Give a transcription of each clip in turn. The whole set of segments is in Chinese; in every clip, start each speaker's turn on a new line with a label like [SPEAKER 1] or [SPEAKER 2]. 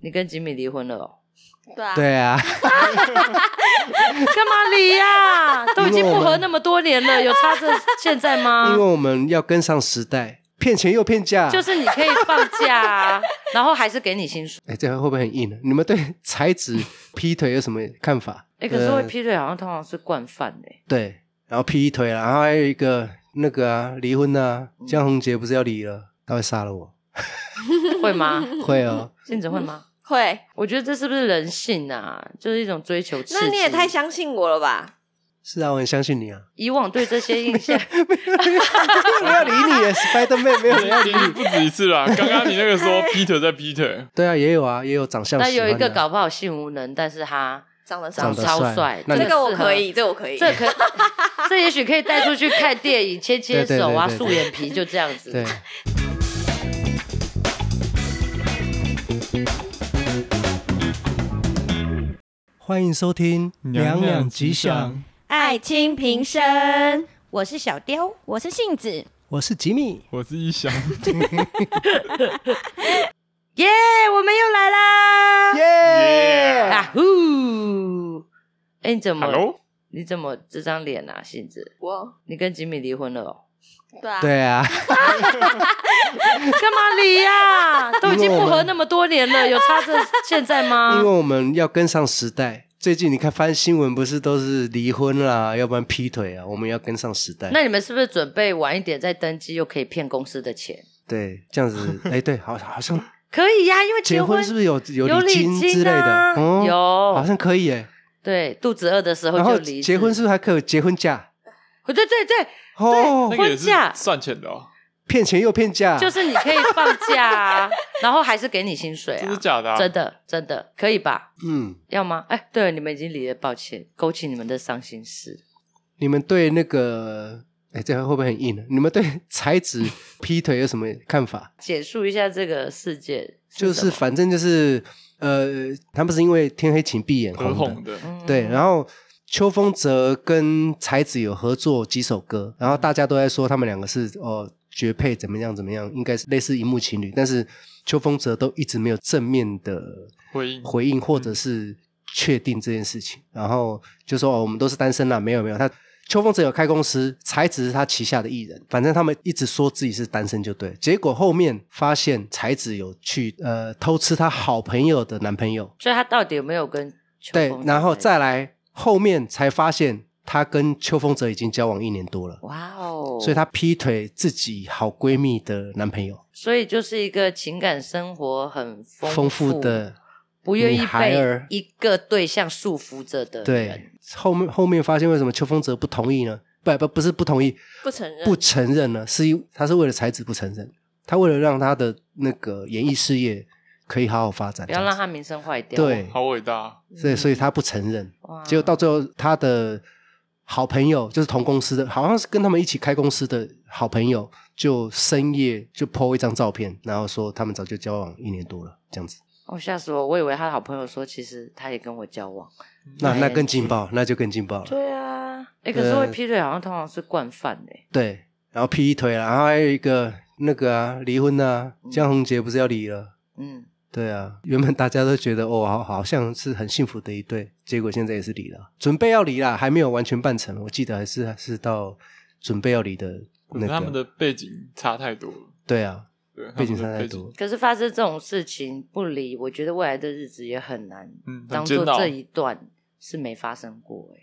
[SPEAKER 1] 你跟吉米离婚了哦？
[SPEAKER 2] 对啊，
[SPEAKER 3] 对啊，
[SPEAKER 1] 干嘛离呀、 都已经不合那么多年了，有差这现在
[SPEAKER 3] 因为
[SPEAKER 1] 吗？
[SPEAKER 3] 我们要跟上时代，骗钱又骗价。
[SPEAKER 1] 嗯就是你可以放假、 啊，然后还是给你薪水。
[SPEAKER 3] 哎，这样会不会很硬呢？你们对才子劈腿有什么看法？
[SPEAKER 1] 哎、可是会
[SPEAKER 3] 呃
[SPEAKER 1] 劈腿好像通常是惯犯哎、
[SPEAKER 3] 对，然后劈腿了，然后还有一个那个啊，离婚啊，江宏杰不是要离了，他会杀了我，
[SPEAKER 1] 会吗？
[SPEAKER 3] 会哦，
[SPEAKER 1] 信子会吗？
[SPEAKER 2] 会。
[SPEAKER 1] 我觉得这是不是人性啊？就是一种追求刺激。
[SPEAKER 2] 那你也太相信我了吧？
[SPEAKER 3] 是啊，我很相 信你啊，
[SPEAKER 1] 以往对这些印 象，
[SPEAKER 3] 不要 理你耶，Spider Man 没有人要理你，
[SPEAKER 4] 不止一次 啦。刚刚你那个说劈腿在劈腿，
[SPEAKER 3] 对啊，也有啊，也有长相喜
[SPEAKER 1] 那
[SPEAKER 3] 欢的
[SPEAKER 1] 有
[SPEAKER 3] 啊，
[SPEAKER 1] 一个搞不好性无能，但是他
[SPEAKER 2] 长得
[SPEAKER 1] 长
[SPEAKER 3] 长
[SPEAKER 2] 超
[SPEAKER 3] 得
[SPEAKER 1] 超
[SPEAKER 3] 帅
[SPEAKER 1] 帅，
[SPEAKER 3] 那
[SPEAKER 2] 这
[SPEAKER 3] 你
[SPEAKER 2] 个我
[SPEAKER 1] 适合
[SPEAKER 2] 可以，这个我可以。
[SPEAKER 1] 这可 这也许可以带出去看电影，牵牵手啊，
[SPEAKER 3] 对对对对对
[SPEAKER 1] 素眼皮就这样子。
[SPEAKER 3] 对，欢迎收听《娘娘吉祥》，
[SPEAKER 5] 爱情平生。我是小雕，我是杏子。
[SPEAKER 3] 我是吉米，
[SPEAKER 4] 我是一想，
[SPEAKER 1] 耶我们又来啦！
[SPEAKER 3] 耶！
[SPEAKER 1] 啊呼！哎，你怎么
[SPEAKER 4] Hello，
[SPEAKER 1] 你怎么这张脸啊，杏子？
[SPEAKER 2] 我
[SPEAKER 1] 你跟吉米离婚了哦？
[SPEAKER 2] 对啊，
[SPEAKER 3] 对啊，
[SPEAKER 1] 干嘛离呀、 都已经不合那么多年了，有差这现在
[SPEAKER 3] 因为
[SPEAKER 1] 吗？
[SPEAKER 3] 我们要跟上时代。最近你看翻新闻，不是都是离婚啦，要不然劈腿啊，我们要跟上时代。
[SPEAKER 1] 那你们是不是准备晚一点再登记，又可以骗公司的钱？
[SPEAKER 3] 对，这样子，哎，对，好，好像
[SPEAKER 1] 可以呀、因为
[SPEAKER 3] 结
[SPEAKER 1] 婚
[SPEAKER 3] 婚是不是有
[SPEAKER 1] 有
[SPEAKER 3] 有礼金
[SPEAKER 1] 礼
[SPEAKER 3] 之类的？
[SPEAKER 1] 啊
[SPEAKER 3] 哦
[SPEAKER 1] 有
[SPEAKER 3] 好像可以耶。
[SPEAKER 1] 对肚子饿的时候
[SPEAKER 3] 然
[SPEAKER 1] 就
[SPEAKER 3] 后
[SPEAKER 1] 离职
[SPEAKER 3] 结婚是不是还可以有结婚假？
[SPEAKER 1] 对对对，
[SPEAKER 3] 哦
[SPEAKER 4] 那，个也
[SPEAKER 1] 婚
[SPEAKER 4] 是
[SPEAKER 1] 假
[SPEAKER 4] 算钱的哦，
[SPEAKER 3] 骗钱又骗价，
[SPEAKER 1] 就是你可以放假、啊，然后还是给你薪 水
[SPEAKER 4] 这
[SPEAKER 1] 啊
[SPEAKER 4] 是，假的啊，
[SPEAKER 1] 真的真的可以吧？
[SPEAKER 3] 嗯，
[SPEAKER 1] 要吗？哎，对了，你们已经离了，抱歉，勾起你们的伤心事。
[SPEAKER 3] 你们对那个，哎，这样会不会很硬呢？你们对 才子劈腿有什么看法？
[SPEAKER 1] 简述一下这个事件，
[SPEAKER 3] 就
[SPEAKER 1] 什
[SPEAKER 3] 是
[SPEAKER 1] 么
[SPEAKER 3] 反正就是，呃，他们是因为天黑请闭眼
[SPEAKER 4] 很
[SPEAKER 3] 红的
[SPEAKER 4] 红，的，
[SPEAKER 1] 嗯
[SPEAKER 3] 对，然后。秋风泽跟才子有合作几首歌，然后大家都在说他们两个是哦绝配，怎么样怎么样，应该是类似荧幕情侣，但是秋风泽都一直没有正面的
[SPEAKER 4] 回
[SPEAKER 1] 嗯
[SPEAKER 4] 应
[SPEAKER 3] 回应或者是确定这件事情，然后就说哦，我们都是单身啦，没有没有，他秋风只有开公司，才子是他旗下的艺人，反正他们一直说自己是单身就对，结果后面发现才子有去呃偷吃他好朋友的男朋友，
[SPEAKER 1] 所以他到底有没有跟秋
[SPEAKER 3] 对
[SPEAKER 1] 风，
[SPEAKER 3] 然后
[SPEAKER 1] 在一
[SPEAKER 3] 再来后面才发现他跟秋风者已经交往一年多了
[SPEAKER 1] 起。哇哦，
[SPEAKER 3] 所以她劈腿自己好闺蜜的男朋友，
[SPEAKER 1] 所以就是一个情感生活很丰
[SPEAKER 3] 丰富的
[SPEAKER 1] 不愿意
[SPEAKER 3] 女孩
[SPEAKER 1] 被
[SPEAKER 3] 儿
[SPEAKER 1] 一个对象束缚着的
[SPEAKER 3] 对
[SPEAKER 1] 人。，
[SPEAKER 3] 后面后面发现为什么秋风泽不同意呢？不不不是不同意，
[SPEAKER 2] 不承
[SPEAKER 1] 嗯
[SPEAKER 2] 认
[SPEAKER 3] 不承认呢，是因他是为了才子不承认，他为了让他的那个演艺事业可以好好发展，
[SPEAKER 1] 不要让他名声坏掉。嗯
[SPEAKER 3] 对，
[SPEAKER 4] 好伟大，啊
[SPEAKER 3] 所以所以他不承认，
[SPEAKER 1] 哇，
[SPEAKER 3] 结果到最后他的好朋友就是同公司的，好像是跟他们一起开公司的好朋友，就深夜就 po 一张照片，然后说他们早就交往一年多了这样子，
[SPEAKER 1] 哦吓死我！我以为他的好朋友说，其实他也跟我交往。
[SPEAKER 3] 那
[SPEAKER 1] 哎
[SPEAKER 3] 那更劲爆，那就更劲爆了。
[SPEAKER 1] 对啊，哎、可是会劈腿好像通常是惯犯哎、
[SPEAKER 3] 对，然后劈腿啦，然后还有一个那个啊，离婚啊，江宏杰不是要离了？
[SPEAKER 1] 嗯，
[SPEAKER 3] 对啊，原本大家都觉得哦，好好像是很幸福的一对，结果现在也是离了，准备要离啦，还没有完全办成，我记得还是还是到准备要离的
[SPEAKER 4] 可
[SPEAKER 3] 那
[SPEAKER 4] 是
[SPEAKER 3] 个。
[SPEAKER 4] 嗯他们的背景差太多了，
[SPEAKER 3] 对啊，
[SPEAKER 4] 对，他
[SPEAKER 3] 背
[SPEAKER 4] 们的
[SPEAKER 3] 景差太多
[SPEAKER 4] 背景，，
[SPEAKER 1] 可是发生这种事情不离，我觉得未来的日子也很难
[SPEAKER 4] 嗯，很
[SPEAKER 1] 当
[SPEAKER 4] 煎
[SPEAKER 1] 做
[SPEAKER 4] 熬
[SPEAKER 1] 这一段是没发生过哎、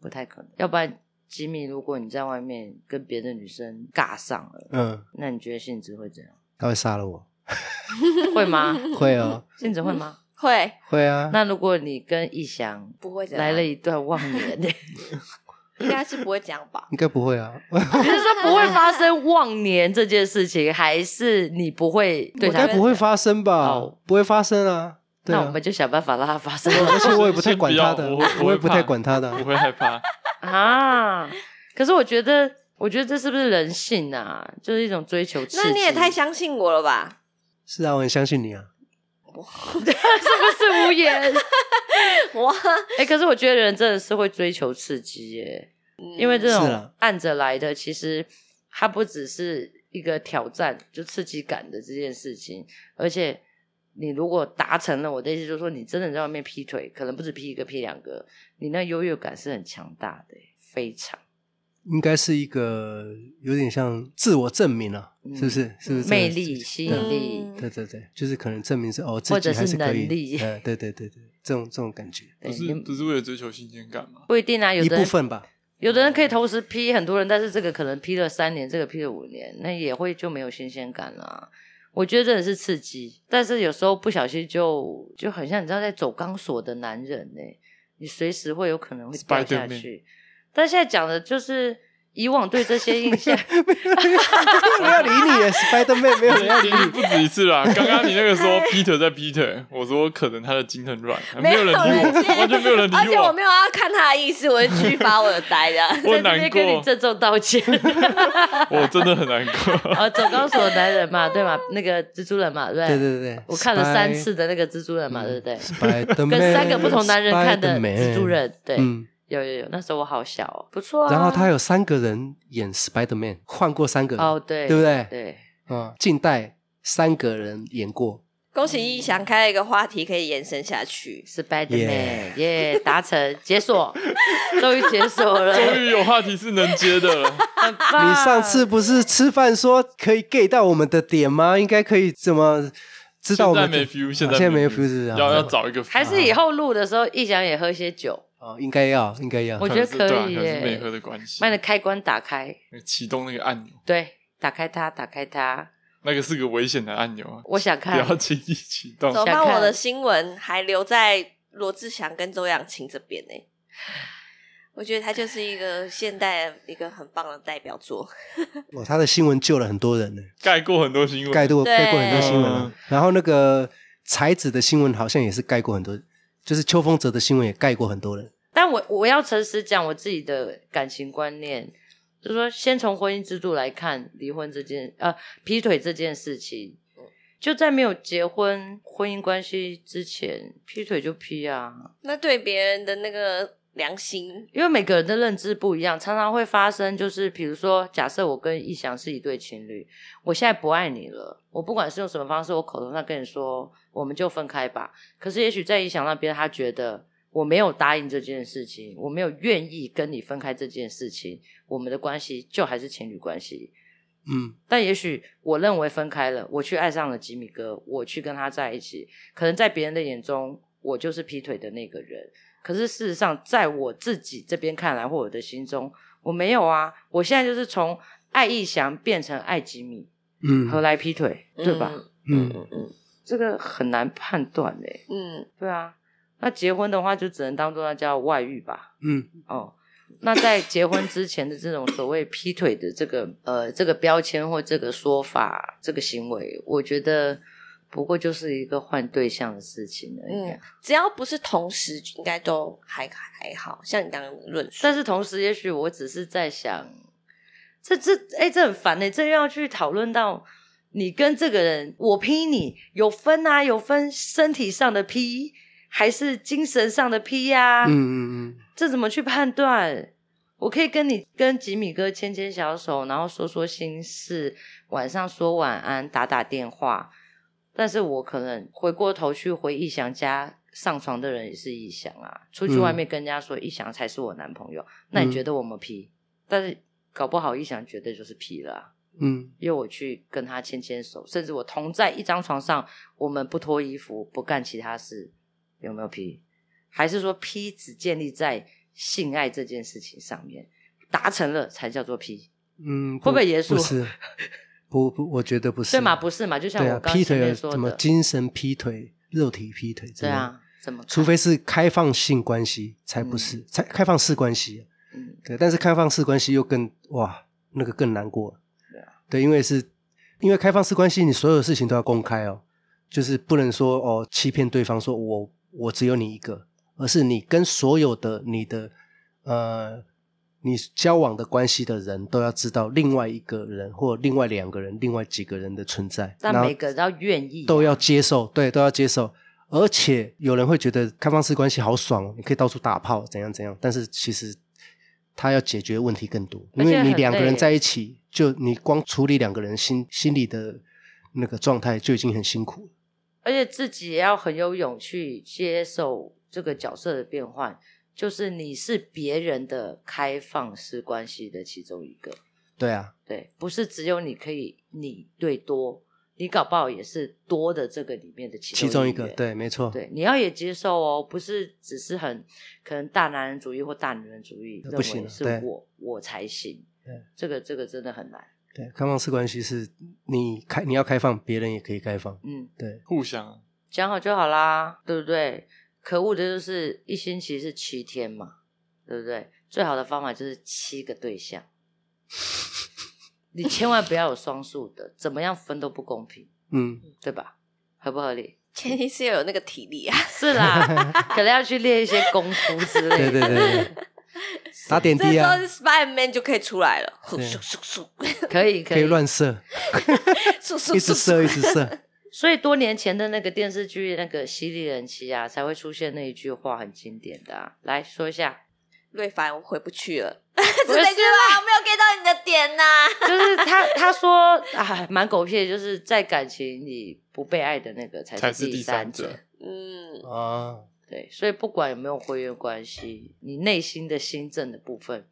[SPEAKER 1] 不太可能。要不然，吉米，如果你在外面跟别的女生尬上了，
[SPEAKER 3] 嗯，
[SPEAKER 1] 那你觉得性子会怎样？
[SPEAKER 3] 他会杀了我，
[SPEAKER 1] 会吗？
[SPEAKER 4] 嗯
[SPEAKER 3] 会哦，
[SPEAKER 1] 性子会 吗？
[SPEAKER 2] 会
[SPEAKER 3] 会啊，？
[SPEAKER 1] 那如果你跟逸翔
[SPEAKER 2] 不会这样？
[SPEAKER 1] 来了，一段忘 年、
[SPEAKER 2] 应该是不会讲吧
[SPEAKER 3] 应该不会啊，
[SPEAKER 1] 你是说不会发生忘年这件事情，还是你不会对啊
[SPEAKER 3] 应
[SPEAKER 1] 他
[SPEAKER 3] 该？不会发生吧
[SPEAKER 1] 哦？
[SPEAKER 3] 不会发生啊，对
[SPEAKER 1] 那
[SPEAKER 3] 啊
[SPEAKER 1] 我们就想办法让它发生
[SPEAKER 3] 而且我也不太管他
[SPEAKER 4] 先
[SPEAKER 3] 的，
[SPEAKER 4] 不要我会
[SPEAKER 3] 我也不
[SPEAKER 4] 我会怕
[SPEAKER 3] 太管他的啊
[SPEAKER 4] 我，会害怕，
[SPEAKER 1] 啊！ 可是我觉得，我觉得这是不是人性啊？就是一种追求刺激。
[SPEAKER 2] 那你也太相信我了吧？
[SPEAKER 3] 是啊，我很相信你啊。
[SPEAKER 1] 是不是无言？
[SPEAKER 2] 哇，
[SPEAKER 1] 哎、可是我觉得人真的是会追求刺激耶，因为这
[SPEAKER 3] 是
[SPEAKER 1] 种
[SPEAKER 3] 啦
[SPEAKER 1] 按着来的，其实它不只是一个挑战，就刺激感的这件事情，而且你如果达成了我的意思，就是说你真的在外面劈腿，可能不止劈一个劈两个，你那优越感是很强大的、非常
[SPEAKER 3] 应该是一个有点像自我证明了、啊，
[SPEAKER 1] 嗯
[SPEAKER 3] 是不是？是不是
[SPEAKER 1] 魅力、吸引力。
[SPEAKER 2] 嗯
[SPEAKER 3] 对对对，就是可能证明是哦，自
[SPEAKER 1] 或
[SPEAKER 3] 己
[SPEAKER 1] 者
[SPEAKER 3] 还
[SPEAKER 1] 是
[SPEAKER 3] 可以
[SPEAKER 1] 能力
[SPEAKER 3] 呃，对对对对，这种这种感觉，
[SPEAKER 1] 对
[SPEAKER 4] 不
[SPEAKER 1] 你
[SPEAKER 4] 是不是为了追求新鲜感吗？
[SPEAKER 1] 不一定啊， 有
[SPEAKER 3] 一
[SPEAKER 1] 的
[SPEAKER 3] 部
[SPEAKER 1] 人
[SPEAKER 3] 分吧。
[SPEAKER 1] 有的人可以同时批很多人，但是这个可能批了三年，这个批了五年，那也会就没有新鲜感啦、我觉得真的是刺激，但是有时候不小心就就很像你知道在走钢索的男人呢、你随时会有可能会掉下
[SPEAKER 4] Spider-Man
[SPEAKER 1] 去。但现在讲的就是以往对这些印象，
[SPEAKER 3] 不要理你耶，Spider Man 没有人要理
[SPEAKER 4] 你
[SPEAKER 3] 你。
[SPEAKER 4] 不止一次啦！刚刚你那个说 Peter 在 Peter，我说可能他的筋很软，没有人理我，完全没有人理
[SPEAKER 2] 而且我
[SPEAKER 4] 我。
[SPEAKER 2] 没有要看他的意思，我就继续发我的呆的。
[SPEAKER 4] 我
[SPEAKER 1] 在这
[SPEAKER 4] 难
[SPEAKER 1] 边跟你
[SPEAKER 4] 过，
[SPEAKER 1] 郑重道歉。
[SPEAKER 4] 我真的很难过。
[SPEAKER 1] 啊，走钢索的男人嘛，对嘛，那个蜘蛛人嘛，对不
[SPEAKER 3] 对嗯对对，
[SPEAKER 1] 我看了三
[SPEAKER 3] Spy-
[SPEAKER 1] 次的那个蜘蛛人嘛，对不对？
[SPEAKER 3] ，Spider Man，
[SPEAKER 1] 跟三个不同男人看 的蜘蛛人，对，
[SPEAKER 3] 嗯，
[SPEAKER 1] 有有有，那时候我好小哦，不错啊。
[SPEAKER 3] 然后他有三个人演 Spider Man，换过三个人，
[SPEAKER 1] 哦，对，
[SPEAKER 3] 对不对？
[SPEAKER 1] 对，
[SPEAKER 3] 嗯，近代三个人演过，
[SPEAKER 2] 恭喜一想开了一个话题，可以延伸下去。
[SPEAKER 1] Spider Man，耶，达成解锁，终于解锁了，
[SPEAKER 4] 终于有话题是能接的了，
[SPEAKER 1] 很棒。
[SPEAKER 3] 你上次不是吃饭说可以 get 到我们的点吗？应该可以怎么 知道我
[SPEAKER 4] 现在
[SPEAKER 3] 们
[SPEAKER 4] 没
[SPEAKER 3] 的？
[SPEAKER 4] feel，
[SPEAKER 3] 啊
[SPEAKER 4] 现
[SPEAKER 3] 现在没有 feel
[SPEAKER 4] feel，
[SPEAKER 3] 是这样
[SPEAKER 4] 要要找一个 feel，
[SPEAKER 1] 还是以
[SPEAKER 3] 啊
[SPEAKER 1] 后录的时候，一想也喝些酒，
[SPEAKER 3] 哦，应该要，应该要
[SPEAKER 1] 我。觉得
[SPEAKER 4] 可能是对啊
[SPEAKER 1] 可以
[SPEAKER 4] 可能是
[SPEAKER 1] 耶
[SPEAKER 4] 没喝的关系
[SPEAKER 1] 把。你的开关打开，
[SPEAKER 4] 启动那个按钮，
[SPEAKER 1] 对，打开它，打开它，
[SPEAKER 4] 那个是个危险的按钮啊，
[SPEAKER 1] 我想
[SPEAKER 4] 不
[SPEAKER 1] 看。
[SPEAKER 4] 要轻易启动
[SPEAKER 2] 怎。么
[SPEAKER 1] 想
[SPEAKER 2] 办？
[SPEAKER 1] 看
[SPEAKER 2] 我的新闻还留在罗志祥跟周扬青这边呢、 我觉得他就是一个现代一个很棒的代表作。
[SPEAKER 3] 哇，哦他的新闻救了很多人呢，
[SPEAKER 4] 盖过很多新闻，
[SPEAKER 3] 盖过
[SPEAKER 2] 对
[SPEAKER 3] 盖过很多新闻啊
[SPEAKER 4] 嗯。
[SPEAKER 3] 然后那个才子的新闻好像也是盖过很多，就是秋风泽的新闻也盖过很多人。
[SPEAKER 1] 但我我要诚实讲我自己的感情观念，就是说先从婚姻制度来看，离婚这件呃劈腿这件事情，就在没有结婚婚姻关系之前，劈腿就劈啊，
[SPEAKER 2] 那对别人的那个良心，
[SPEAKER 1] 因为每个人的认知不一样，常常会发生就是比如说，假设我跟逸翔是一对情侣，我现在不爱你了，我不管是用什么方式，我口头上跟你说我们就分开吧，可是也许在逸翔那边，他觉得我没有答应这件事情，我没有愿意跟你分开这件事情，我们的关系就还是情侣关系。
[SPEAKER 3] 嗯，
[SPEAKER 1] 但也许我认为分开了，我去爱上了吉米哥，我去跟他在一起，可能在别人的眼中，我就是劈腿的那个人。可是事实上，在我自己这边看来，或我的心中，我没有啊。我现在就是从爱逸翔变成爱吉米，
[SPEAKER 3] 嗯
[SPEAKER 1] 何来劈腿，对吧？
[SPEAKER 3] 嗯
[SPEAKER 2] 嗯嗯
[SPEAKER 1] 这个很难判断嘞、
[SPEAKER 2] 嗯，
[SPEAKER 1] 对啊，那结婚的话，就只能当做那叫外遇吧。
[SPEAKER 3] 嗯，
[SPEAKER 1] 哦，那在结婚之前的这种所谓劈腿的这个呃这个标签或这个说法、这个行为，我觉得不过就是一个换对象的事情而已啊。
[SPEAKER 2] 嗯只要不是同时，应该都还还好。像你刚刚论述，
[SPEAKER 1] 但是同时，也许我只是在想，这这哎、这很烦呢、这又要去讨论到。你跟这个人，我劈你有分啊，有分身体上的劈，还是精神上的劈呀、
[SPEAKER 3] 嗯嗯嗯，
[SPEAKER 1] 这怎么去判断？我可以跟你跟吉米哥牵牵小手，然后说说心事，晚上说晚安，打打电话。但是我可能回过头去回逸翔家上床的人也是逸翔啊，出去
[SPEAKER 3] 嗯
[SPEAKER 1] 外面跟人家说逸翔才是我男朋友，那你觉得我们劈？但是搞不好逸翔绝对就是劈了、啊，
[SPEAKER 3] 嗯
[SPEAKER 1] 因为我去跟他牵牵手，甚至我同在一张床上，我们不脱衣服，不干其他事，有没有 P？还是说 P 只建立在性爱这件事情上面，达成了才叫做 P？
[SPEAKER 3] 嗯，
[SPEAKER 1] 会不会严肃
[SPEAKER 3] 不是，不不，我觉得不是。
[SPEAKER 1] 对嘛？不是嘛？就像
[SPEAKER 3] 对啊，
[SPEAKER 1] 我刚
[SPEAKER 3] 劈
[SPEAKER 1] 前
[SPEAKER 3] 腿
[SPEAKER 1] 面
[SPEAKER 3] 有
[SPEAKER 1] 说
[SPEAKER 3] 什么
[SPEAKER 1] 的，
[SPEAKER 3] 精神劈腿、肉体劈腿之
[SPEAKER 1] 对
[SPEAKER 3] 类的，
[SPEAKER 1] 啊，怎么看？
[SPEAKER 3] 除非是开放性关系，才不
[SPEAKER 1] 嗯
[SPEAKER 3] 是，才开放式关系。啊
[SPEAKER 1] 嗯，
[SPEAKER 3] 对，但是开放式关系又更哇，那个更难过了。
[SPEAKER 1] 对啊
[SPEAKER 3] 对，因为是，因为开放式关系，你所有事情都要公开哦，就是不能说哦欺骗对方，说我我只有你一个，而是你跟所有的你的呃你交往的关系的人都要知道另外一个人或另外两个人、另外几个人的存在，
[SPEAKER 1] 但
[SPEAKER 3] 然后
[SPEAKER 1] 每个人要愿意啊
[SPEAKER 3] 都要接受，对，都要接受。而且有人会觉得开放式关系好爽哦，你可以到处打炮，怎样怎样。但是其实他要解决问题更多，
[SPEAKER 1] 而
[SPEAKER 3] 因
[SPEAKER 1] 且
[SPEAKER 3] 为你
[SPEAKER 1] 很
[SPEAKER 3] 两个人
[SPEAKER 1] 累
[SPEAKER 3] 在一起，就你光处理两个人心心理的那个状态就已经很辛苦了。
[SPEAKER 1] 而且自己也要很有勇气接受这个角色的变换，就是你是别人的开放式关系的其中一个，
[SPEAKER 3] 对啊，
[SPEAKER 1] 对，不是只有你可以你对多，你搞不好也是多的这个里面的其
[SPEAKER 3] 其中一
[SPEAKER 1] 员
[SPEAKER 3] 个，对，没错，
[SPEAKER 1] 对，你要也接受哦，不是只是很可能大男人主义或大女人主义，
[SPEAKER 3] 呃
[SPEAKER 1] 认
[SPEAKER 3] 不行
[SPEAKER 1] 为
[SPEAKER 3] 了
[SPEAKER 1] 是
[SPEAKER 3] 对
[SPEAKER 1] 我我才行
[SPEAKER 3] 对，
[SPEAKER 1] 这个这个真的很难，
[SPEAKER 3] 对，开放式关系是你开你要开放，别人也可以开放，
[SPEAKER 1] 嗯，
[SPEAKER 3] 对，
[SPEAKER 4] 互相
[SPEAKER 1] 讲好就好啦，对不对？可恶的就是一星期是七天嘛，对不对？最好的方法就是七个对象，你千万不要有双数的，怎么样分都不公平，
[SPEAKER 3] 嗯，
[SPEAKER 1] 对吧？合不合理？
[SPEAKER 2] 前提是要有那个体力啊，
[SPEAKER 1] 是 啦，可能要去练一些功夫之类的。
[SPEAKER 3] 对对对对，打点
[SPEAKER 2] 这
[SPEAKER 3] 滴
[SPEAKER 2] 时
[SPEAKER 3] 啊
[SPEAKER 2] 候，是 Spider Man 就可以出来了，
[SPEAKER 3] 对
[SPEAKER 2] 速速速
[SPEAKER 1] 可以可
[SPEAKER 3] 可
[SPEAKER 1] 以
[SPEAKER 3] 以 乱射，
[SPEAKER 2] 速速
[SPEAKER 3] 一
[SPEAKER 2] 速
[SPEAKER 3] 直射一
[SPEAKER 2] 速，
[SPEAKER 3] 直射，
[SPEAKER 1] 所以多年前的那个电视剧，那个《犀利人妻》啊，才会出现那一句话，很经典的、啊。来说一下，
[SPEAKER 2] 瑞凡，我回不去了，
[SPEAKER 1] 不
[SPEAKER 2] 是
[SPEAKER 1] 是啊
[SPEAKER 2] 这句话我没有 get 到你的点呐、
[SPEAKER 1] 就是他他说啊，蛮狗屁的，就是在感情里不被爱的那个才
[SPEAKER 4] 才
[SPEAKER 1] 是
[SPEAKER 4] 是
[SPEAKER 1] 第
[SPEAKER 4] 第
[SPEAKER 1] 三
[SPEAKER 4] 三
[SPEAKER 1] 者。
[SPEAKER 4] 者。
[SPEAKER 2] 嗯，
[SPEAKER 3] 啊，
[SPEAKER 1] 对，所以不管有没有婚约关系，你内心的心正的部分，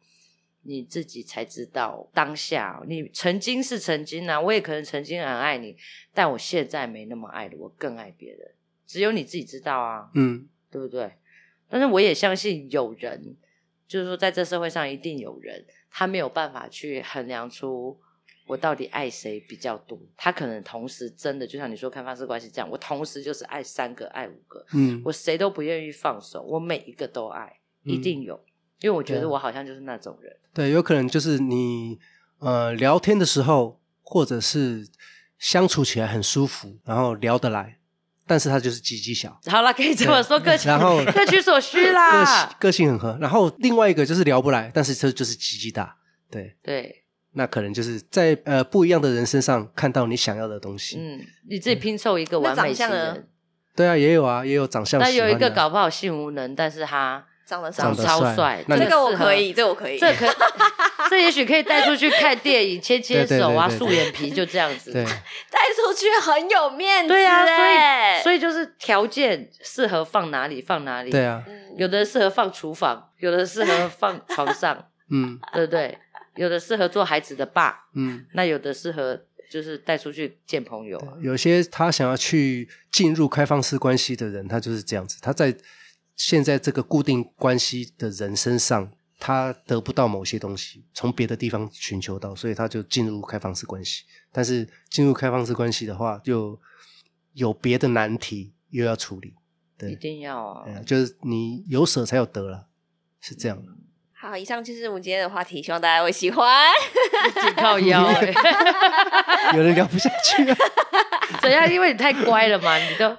[SPEAKER 1] 你自己才知道当下。你曾经是曾经啊，我也可能曾经很爱你，但我现在没那么爱了，我更爱别人。只有你自己知道啊。
[SPEAKER 3] 嗯，
[SPEAKER 1] 对不对？但是我也相信有人，就是说在这社会上一定有人，他没有办法去衡量出我到底爱谁比较多。他可能同时真的就像你说开放式关系这样，我同时就是爱三个、爱五个，
[SPEAKER 3] 嗯，
[SPEAKER 1] 我谁都不愿意放手，我每一个都爱，一
[SPEAKER 3] 嗯
[SPEAKER 1] 定有。因为我觉
[SPEAKER 3] 对
[SPEAKER 1] 得
[SPEAKER 3] 啊
[SPEAKER 1] 我好像就是那种人，
[SPEAKER 3] 对，有可能就是你呃聊天的时候，或者是相处起来很舒服，然后聊得来，但是他就是鸡鸡小，
[SPEAKER 1] 好了，可以这么说，各取
[SPEAKER 3] 然后
[SPEAKER 1] 各取所需
[SPEAKER 3] 个性
[SPEAKER 1] 啦。
[SPEAKER 3] 个性很合。然后另外一个就是聊不来，但是这就是鸡鸡大，对，
[SPEAKER 1] 对，
[SPEAKER 3] 那可能就是在呃不一样的人身上看到你想要的东西。
[SPEAKER 1] 嗯，你自己拼凑一个
[SPEAKER 2] 那
[SPEAKER 1] 完美
[SPEAKER 2] 长相
[SPEAKER 1] 型
[SPEAKER 2] 呢
[SPEAKER 1] 人，
[SPEAKER 3] 对啊，也有啊，也有长相
[SPEAKER 1] 那
[SPEAKER 3] 喜欢
[SPEAKER 1] 有
[SPEAKER 3] 的
[SPEAKER 1] 一
[SPEAKER 3] 啊。
[SPEAKER 1] 个搞不好性无能，但是他
[SPEAKER 2] 长得
[SPEAKER 1] 长
[SPEAKER 2] 长
[SPEAKER 3] 得
[SPEAKER 1] 超
[SPEAKER 3] 帅
[SPEAKER 1] 帅，
[SPEAKER 3] 那
[SPEAKER 2] 这
[SPEAKER 3] 你
[SPEAKER 2] 个我
[SPEAKER 1] 适合
[SPEAKER 2] 可以，这个我可以，
[SPEAKER 1] 这 可这也许可以带出去看电影，牵牵手啊，
[SPEAKER 3] 对对对对对
[SPEAKER 1] 素眼皮就这样子。
[SPEAKER 3] 对，
[SPEAKER 2] 带出去很有面子、欸，
[SPEAKER 1] 对啊，所以所
[SPEAKER 2] 以
[SPEAKER 1] 以就是条件适合放哪里放哪里。
[SPEAKER 3] 对， 啊，
[SPEAKER 2] 嗯
[SPEAKER 1] 有的人适合放厨房，有的适合放床上，
[SPEAKER 3] 嗯
[SPEAKER 1] 对不对？有的适合做孩子的爸，
[SPEAKER 3] 嗯，
[SPEAKER 1] 那有的适合就是带出去见朋友啊。
[SPEAKER 3] 有些他想要去进入开放式关系的人，他就是这样子。他在现在这个固定关系的人身上，他得不到某些东西，从别的地方寻求到，所以他就进入开放式关系。但是进入开放式关系的话，就有别的难题又要处理。对
[SPEAKER 1] 一定要啊！
[SPEAKER 3] 嗯，就是你有舍才有得了，是这样的。
[SPEAKER 2] 好，以上就是我们今天的话题，希望大家会喜欢。
[SPEAKER 1] 紧靠腰、 欸，
[SPEAKER 3] 有人聊不下去了。
[SPEAKER 1] 怎样？因为你太乖了嘛，你都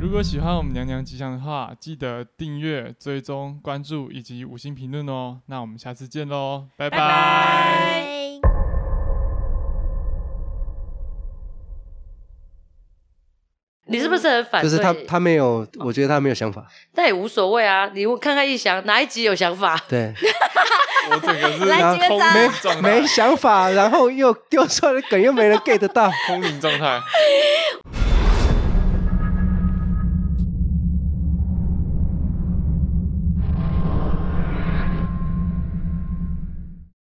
[SPEAKER 4] 如果喜欢我们娘娘吉祥的话，记得订阅、追踪、关注以及五星评论哦。那我们下次见喽，拜拜
[SPEAKER 5] 拜。
[SPEAKER 1] 你是不是很 反
[SPEAKER 3] 啊就
[SPEAKER 1] 对？
[SPEAKER 3] 是他他没有，我觉得他没有想法。
[SPEAKER 1] 但也无所谓啊。你看看一翔哪一集有想法？
[SPEAKER 3] 对，
[SPEAKER 4] 我整个是
[SPEAKER 2] 来结
[SPEAKER 4] 空
[SPEAKER 2] 账
[SPEAKER 4] 灵状态
[SPEAKER 3] 没，想法，然后又丢出来的梗又没人 get 得到。
[SPEAKER 4] 空灵状态。